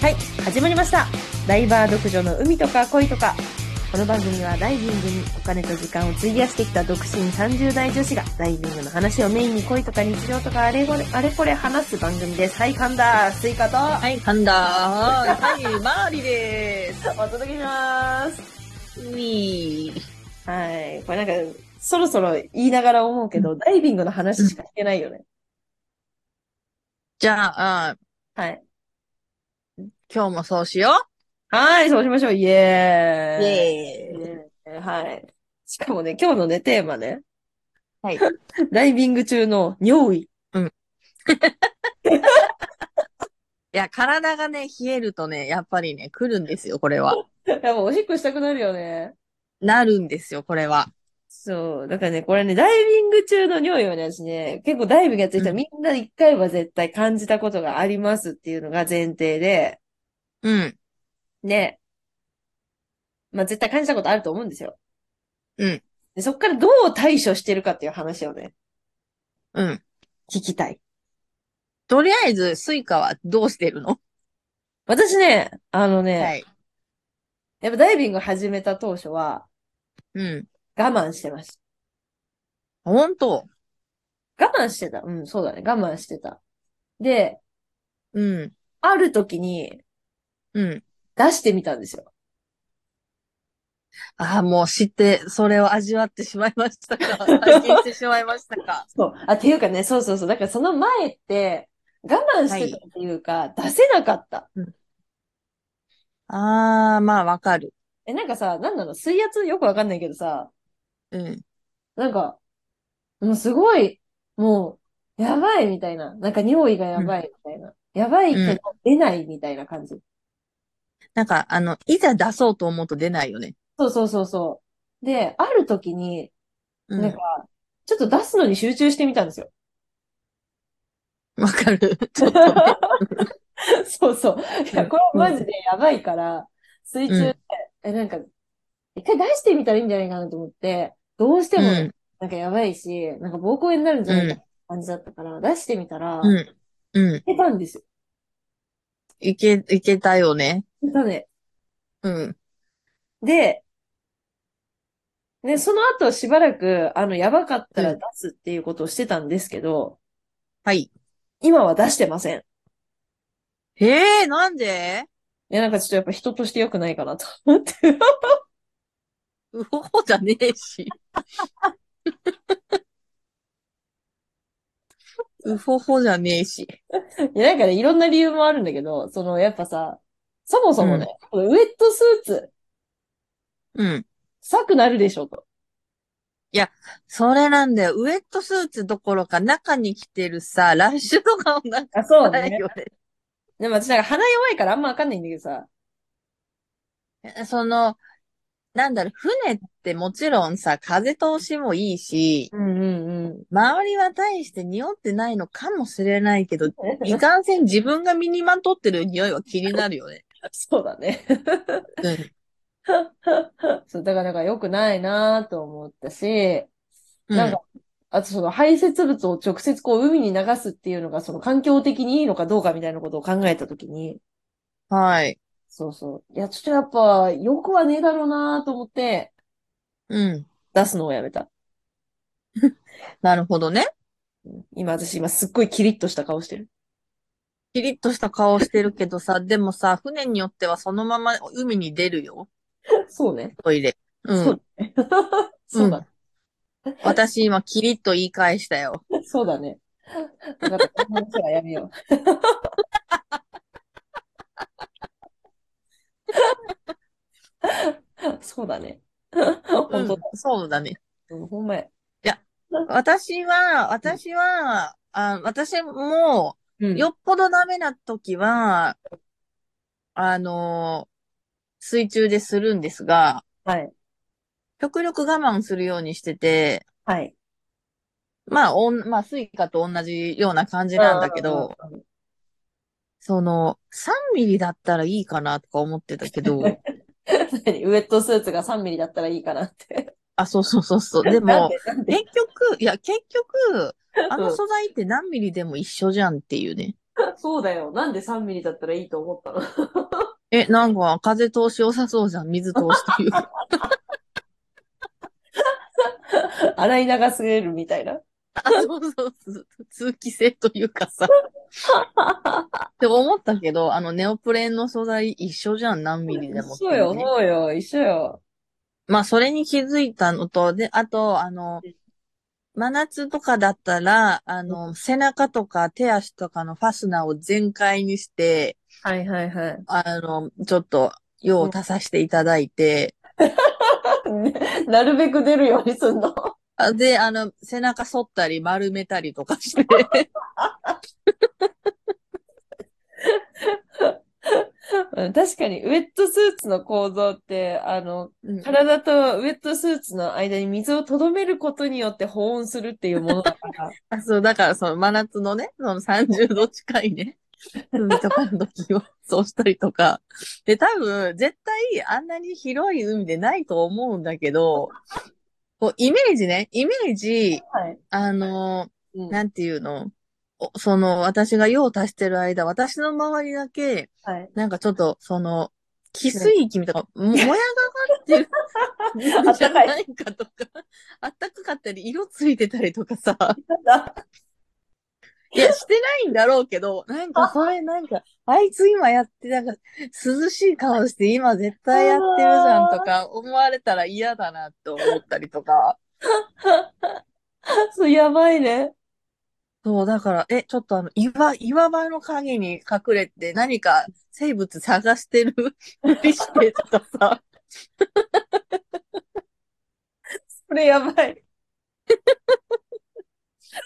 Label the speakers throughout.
Speaker 1: はい、始まりました。ダイバー独女の海とか恋とか。この番組はダイビングにお金と時間を費やしてきた独身30代女子がダイビングの話をメインに恋とか日常とかあれこれあれこれ話す番組です。はい、神田、スイカと、
Speaker 2: はい、ハンダー。はい、マーリです。
Speaker 1: お届けします。
Speaker 2: うい
Speaker 1: はい、これなんか、そろそろ言いながら思うけど、ダイビングの話しかしてないよね。
Speaker 2: じゃああー、
Speaker 1: はい。
Speaker 2: 今日もそうしよ
Speaker 1: はい、そうしましょう。イエー
Speaker 2: う。
Speaker 1: イ。
Speaker 2: エーイ。
Speaker 1: ねはい。しかもね、今日のね、テーマね。
Speaker 2: はい。
Speaker 1: ダイビング中の尿意。
Speaker 2: いや、体がね、冷えるとね、やっぱりね、来るんですよ、これは。
Speaker 1: やっぱおしっこしたくなるよね。
Speaker 2: なるんですよ、これは。
Speaker 1: そう。だからね、これね、ダイビング中の尿意はね、私ね、結構ダイビングやってる人は
Speaker 2: うん
Speaker 1: みんな一回は絶対感じたことがありますっていうのが前提で、
Speaker 2: うん。
Speaker 1: ね。まあ、絶対感じたことあると思うんですよ。
Speaker 2: うん。
Speaker 1: で、そっからどう対処してるかっていう話をね、
Speaker 2: うん。
Speaker 1: 聞きたい。
Speaker 2: とりあえず、スイカはどうしてるの
Speaker 1: 私ね、あのね、
Speaker 2: はい。
Speaker 1: やっぱダイビング始めた当初は
Speaker 2: うん。
Speaker 1: 我慢してました。
Speaker 2: ほんと
Speaker 1: 我慢してた。うん、そうだね。我慢してた。で、
Speaker 2: うん。
Speaker 1: ある時に
Speaker 2: うん。
Speaker 1: 出してみたんですよ。
Speaker 2: ああ、もう知って、それを味わってしまいましたか。体験してしまいましたか。
Speaker 1: そう。あ、っていうかね、そうそうそう。だからその前って、我慢してたっていうか、出せなかった。
Speaker 2: ああ、まあ、わかる。
Speaker 1: え、なんかさ、なんなの水圧よくわかんないけどさ、
Speaker 2: うん。
Speaker 1: なんか、もうすごい、もう、やばいみたいな。なんか尿意がやばいみたいな。やばいけど出ないみたいな感じ。
Speaker 2: なんか、あの、いざ出そうと思うと出ないよね。
Speaker 1: そうそうそうそう。で、ある時に、
Speaker 2: うん。
Speaker 1: なんか、ちょっと出すのに集中してみたんですよ。
Speaker 2: わかる。ちょっとね。
Speaker 1: そうそう。 いや、これはマジでやばいから、水中で、え、なんか、一回出してみたらいいんじゃないかなと思って、どうしても、
Speaker 2: うん
Speaker 1: なんかやばいし、なんか膀胱炎になるんじゃないかって感じだったから、出してみたら、
Speaker 2: う
Speaker 1: 出
Speaker 2: ん。うん。
Speaker 1: たんですよ。
Speaker 2: いけ、いけたよね。
Speaker 1: 出たね。
Speaker 2: うん。
Speaker 1: で、ね、その後しばらく、あの、やばかったら出すっていうことをしてたんですけど、
Speaker 2: はい。
Speaker 1: 今は出してません。い
Speaker 2: ええなんで
Speaker 1: や、なんかちょっとやっぱ人として良くないかなと思って。
Speaker 2: うほほじゃねえし。 うほほじゃねえし。
Speaker 1: いや、なんかね、いろんな理由もあるんだけど、その、やっぱさ、そもそもね、このウェットスーツ、
Speaker 2: うん。
Speaker 1: 臭くなるでしょ、と。
Speaker 2: それなんだよ。ウェットスーツどころか中に着てるさ、ラッシュとかもなんか
Speaker 1: あ、そ
Speaker 2: ないよね。
Speaker 1: でも私なんか鼻弱いからあんまわかんないんだけどさ。
Speaker 2: その、なんだろう、船ってもちろんさ、風通しもいいし、
Speaker 1: うんうんう
Speaker 2: 周りは大して匂ってないのかもしれないけ ど、
Speaker 1: ん。
Speaker 2: いかんせん自分が身にまとってる匂いは気になるよ ね。
Speaker 1: そうだね。
Speaker 2: うん。
Speaker 1: そう、だからなんか良くないなと思ったし、
Speaker 2: うん
Speaker 1: なんか、あとその排泄物を直接こう海に流すっていうのがその環境的にいいのかどうかみたいなことを考えたときに、
Speaker 2: はい。
Speaker 1: そうそう。いや、ちょっとやっぱ良くはねえだろうなと思って
Speaker 2: うん。
Speaker 1: 出すのをやめた。
Speaker 2: なるほどね。
Speaker 1: 今私今すっごいキリッとした顔してる。
Speaker 2: キリッとした顔してるけどさ、でもさ、船によってはそのまま海に出るよ。
Speaker 1: そうね。
Speaker 2: トイレ。う
Speaker 1: そ
Speaker 2: ん
Speaker 1: う。 そうだ、
Speaker 2: 私今、キリッと言い返したよ。
Speaker 1: そうだね。だから、この話はやめよう。そうだね。
Speaker 2: う
Speaker 1: 本
Speaker 2: ん
Speaker 1: 当だ。
Speaker 2: そうだね。
Speaker 1: うん、ほんまや。
Speaker 2: 私は、私は、あ私も、
Speaker 1: うん。
Speaker 2: よっぽどダメな時は、あの水中でするんですが、
Speaker 1: はい。
Speaker 2: 極力我慢するようにしてて、
Speaker 1: はい。
Speaker 2: まあ、おん、まあ、スイカと同じような感じなんだけど、
Speaker 1: うん。
Speaker 2: その、3ミリだったらいいかなとか思ってた けど、
Speaker 1: 何ウェットスーツが3ミリだったらいいかなって。
Speaker 2: あ、そうそうそうそう。で
Speaker 1: なん
Speaker 2: も、
Speaker 1: で、なんで
Speaker 2: 結局、いや、結局、あ
Speaker 1: う
Speaker 2: の
Speaker 1: ん
Speaker 2: 素材って何ミリでも一緒じゃんっていうね。
Speaker 1: そうだよ。なんで3ミリだったらいいと思ったの
Speaker 2: え、なんか、風通し良さそうじゃん。水通しという。
Speaker 1: 洗い流せるみたいな。
Speaker 2: あそうそうそう、通気性という かさ。って思ったけど、あの、ネオプレーンの素材一緒じゃん、何ミリでも、
Speaker 1: そうよ、そうよ、一緒よ。
Speaker 2: まあ、それに気づいたのと、で、あと、あの
Speaker 1: うん、
Speaker 2: 真夏とかだったら、あの、背中とか手足とかのファスナーを全開にして、
Speaker 1: はいはいはい。
Speaker 2: あの、ちょっと、用を足させていただいて、
Speaker 1: なるべく出るようにすんの。
Speaker 2: あで、あの、背中反ったり丸めたりと かして、
Speaker 1: うん確かに、ウェットスーツの構造って、あの、
Speaker 2: うん
Speaker 1: 体とウェットスーツの間に水をとどめることによって保温するっていうものだから。
Speaker 2: あそう、だからその真夏のね、その30度近い ね、海とかの時は、そうしたりとか。で、多分、絶対あんなに広い海でないと思うんだけど、こう、イメージね、イメージ、
Speaker 1: はい。
Speaker 2: あの、
Speaker 1: うん
Speaker 2: なんていうの、おその、私が用を足してる間、私の周りだけ、
Speaker 1: はい。
Speaker 2: なんかちょっと、その、汽水域みたいな、も、もやがかってる。
Speaker 1: あったかい
Speaker 2: ないかとか、あったかかったり、色ついてたりとかさ。いや、してないんだろうけ ど、なんかそれなんか、あいつ今やって、なんか、涼しい顔して今絶対やってるじゃんとか、思われたら嫌だなって思ったりとか。
Speaker 1: そう、やばいね。
Speaker 2: そう、だから、え、ちょっとあの、岩、岩場の影に隠れて何か生物探してるふりしてとかさ、
Speaker 1: それやばい。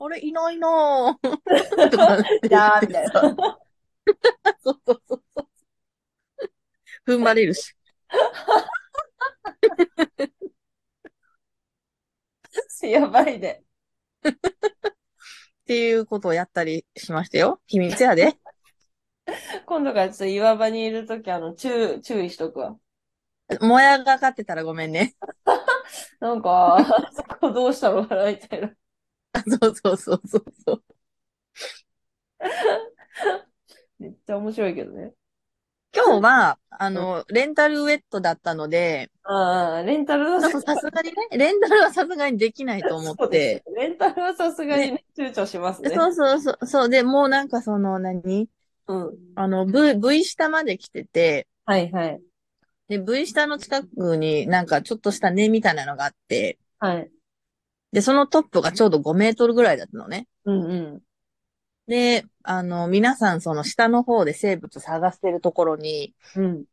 Speaker 2: 俺いないなぁ。とかって言って
Speaker 1: やーみたいな
Speaker 2: さ。そうそうそうそう。踏ん張れるし。
Speaker 1: やばいね。
Speaker 2: っていうことをやったりしましたよ。秘密やで。
Speaker 1: 今度からちょっと岩場にいるとき、あの、注、注意しとくわ。
Speaker 2: もやがかってたらごめんね。
Speaker 1: なんか、あそこどうしたのかな、みたいな。
Speaker 2: そうそうそうそうそう。
Speaker 1: めっちゃ面白いけどね。
Speaker 2: 今日は、あの、レンタルウェットだったので、
Speaker 1: ああ、レンタルは
Speaker 2: ちょっとさすがにね、レンタルはさすがにできないと思
Speaker 1: そう
Speaker 2: っ
Speaker 1: で
Speaker 2: て。
Speaker 1: すレンタルはさすがにね、躊躇しますね。
Speaker 2: そうそうそう、そうで、もうなんかその、何
Speaker 1: うん。
Speaker 2: あの、V、V 下まで来てて、
Speaker 1: はいはい。
Speaker 2: で、V 下の近くになんかちょっとした根みたいなのがあって、
Speaker 1: はい。
Speaker 2: で、そのトップがちょうど5メートルぐらいだったのね。
Speaker 1: うんうん。
Speaker 2: で、あの、皆さんその下の方で生物探してるところに、
Speaker 1: うん。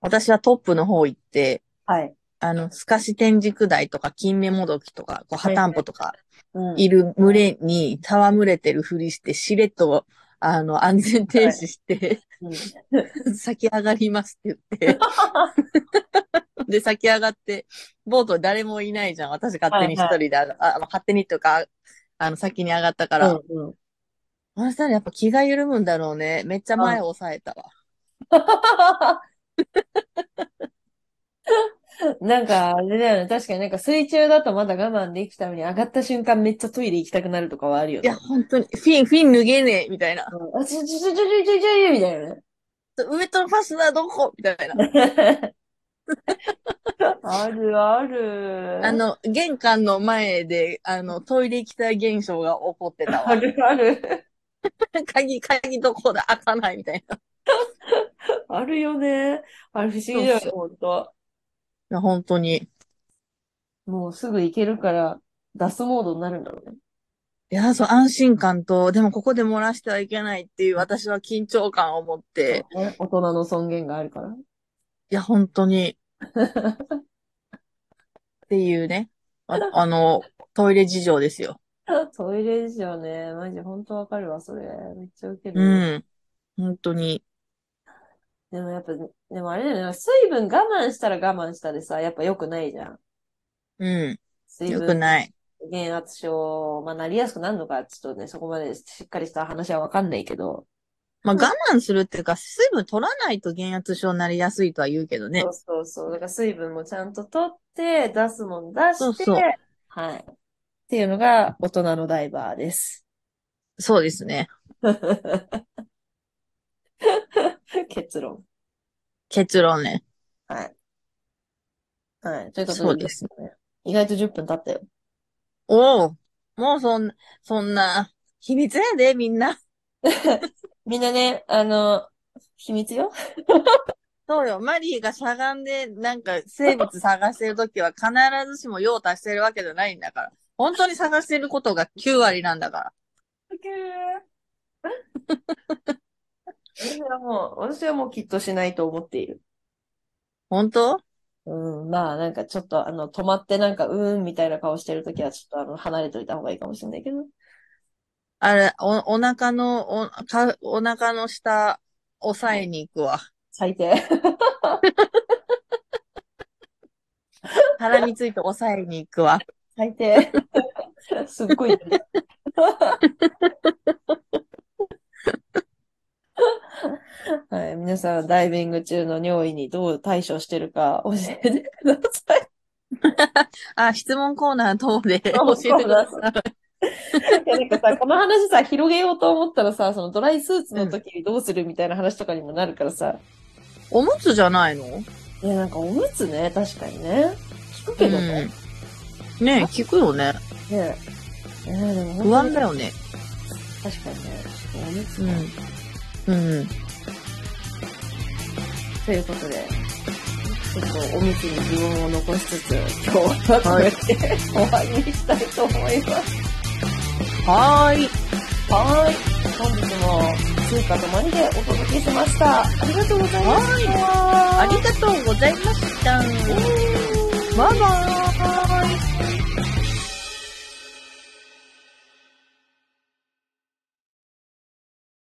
Speaker 2: 私はトップの方行って、
Speaker 1: はい。
Speaker 2: あの、スカシ天竺鯛とか、金目もどきとか、こう、ハタンポとか、
Speaker 1: うん
Speaker 2: いる群れに戯れてるふりして、しれっと、あの、安全停止して、
Speaker 1: うん
Speaker 2: 先上がりますって 言って。で、先上がって、ボート誰もいないじゃん。私勝手に一人で、ああの勝手にとか、あの、先に上がったから。
Speaker 1: うんうん。
Speaker 2: そしたらやっぱ気が緩むんだろうね。めっちゃ前を抑えたわ。
Speaker 1: なんか、あれだよね。確かになんか水中だとまだ我慢できたのに、上がった瞬間めっちゃトイレ行きたくなるとかはあるよ
Speaker 2: い
Speaker 1: ね。
Speaker 2: や、本当に、フィン、フィン脱げねえ、みたいな。
Speaker 1: うんあ、ちょちょちょちょちょちょちょみたいなね。
Speaker 2: ウエットのファスナーどこみたいな。
Speaker 1: あるある。
Speaker 2: あ、の、玄関の前で、あの、トイレ行きたい現象が起こってた
Speaker 1: あ
Speaker 2: わ。
Speaker 1: るある。
Speaker 2: 鍵、鍵どこだ開かないみたい
Speaker 1: あるよね。あれ不思議だよね、
Speaker 2: そうそ
Speaker 1: ほんと。
Speaker 2: な。本当に。
Speaker 1: もうすぐ行けるから、脱モードになるんだろうね。
Speaker 2: いや、そう、安心感と、でもここで漏らしてはいけないっていう私は緊張感を持って、
Speaker 1: そうね大人の尊厳があるから。
Speaker 2: いや、本当 に。っていうね。ああの、トイレ事情ですよ。
Speaker 1: トイレですよね。マジ、ほんとわかるわ、それ。めっちゃウケる。
Speaker 2: うん。本当に。
Speaker 1: でもやっぱ、でもあれだよね。水分我慢したら我慢したでさ、やっぱ良くないじゃん。
Speaker 2: う
Speaker 1: 水
Speaker 2: ん。よ
Speaker 1: 分
Speaker 2: くない。
Speaker 1: 減圧症、まあなりやすくなるのか、ちょっとね、そこまでしっかりした話はわかんないけど。
Speaker 2: まあ、我慢するっていうか、水分取らないと減圧症になりやすいとは言うけどね
Speaker 1: そ。うそうそう。だから水分もちゃんと取って、出すもん出して、
Speaker 2: そうそう
Speaker 1: はい。っていうのが大人のダイバーです。
Speaker 2: そうですね。
Speaker 1: 結論。
Speaker 2: 結論ね。
Speaker 1: はい。はい。ということ
Speaker 2: そうです。
Speaker 1: 意外と10分経ったよ。
Speaker 2: おおもうそん、そんな、秘密やで、みんな。
Speaker 1: みんなね、あの、秘密よ。
Speaker 2: そうよ。マリーがしゃがんで、なんか生物探してるときは必ずしも用足してるわけじゃないんだから。本当に探してることが9割なんだから。
Speaker 1: 私はもう、私はもうきっとしないと思っている。
Speaker 2: 本当
Speaker 1: うん、まあなんかちょっとあの、止まってなんか、うーんみたいな顔してるときはちょっとあの、離れといた方がいいかもしれないけど。
Speaker 2: あれ、お、お腹の、お、か、お腹の下、押さえに行くわ。
Speaker 1: 最低。
Speaker 2: 腹について押さえに行くわ。
Speaker 1: 最低。 すっごい。 はい、皆さん、ダイビング中の尿意にどう対処してるか教えてください。
Speaker 2: あ、質問コーナー等で教えてください。
Speaker 1: いやなんかさ、この話さ、広げようと思ったらさ、そのドライスーツの時にどうするみたいな話とかにもなるからさ。
Speaker 2: おむつじゃないの
Speaker 1: いや、なんかおむつね、確かにね。聞くけどね。
Speaker 2: うん。ねえ、聞くよね。
Speaker 1: ねえ。ねえでも本
Speaker 2: 不
Speaker 1: 当
Speaker 2: 安
Speaker 1: に
Speaker 2: だよね。
Speaker 1: 確かにね。ちょっとおむつ
Speaker 2: う
Speaker 1: ね
Speaker 2: ん。うん。
Speaker 1: ということで、ちょっとおむつに疑問を残しつつ、今日はこれで、終わりにしたいと思います。
Speaker 2: はーい。
Speaker 1: はーい。本日も、スーパーとマニでお届けしました。ありがとうございました。
Speaker 2: ありがとうございました。
Speaker 1: えー
Speaker 2: バイバイ。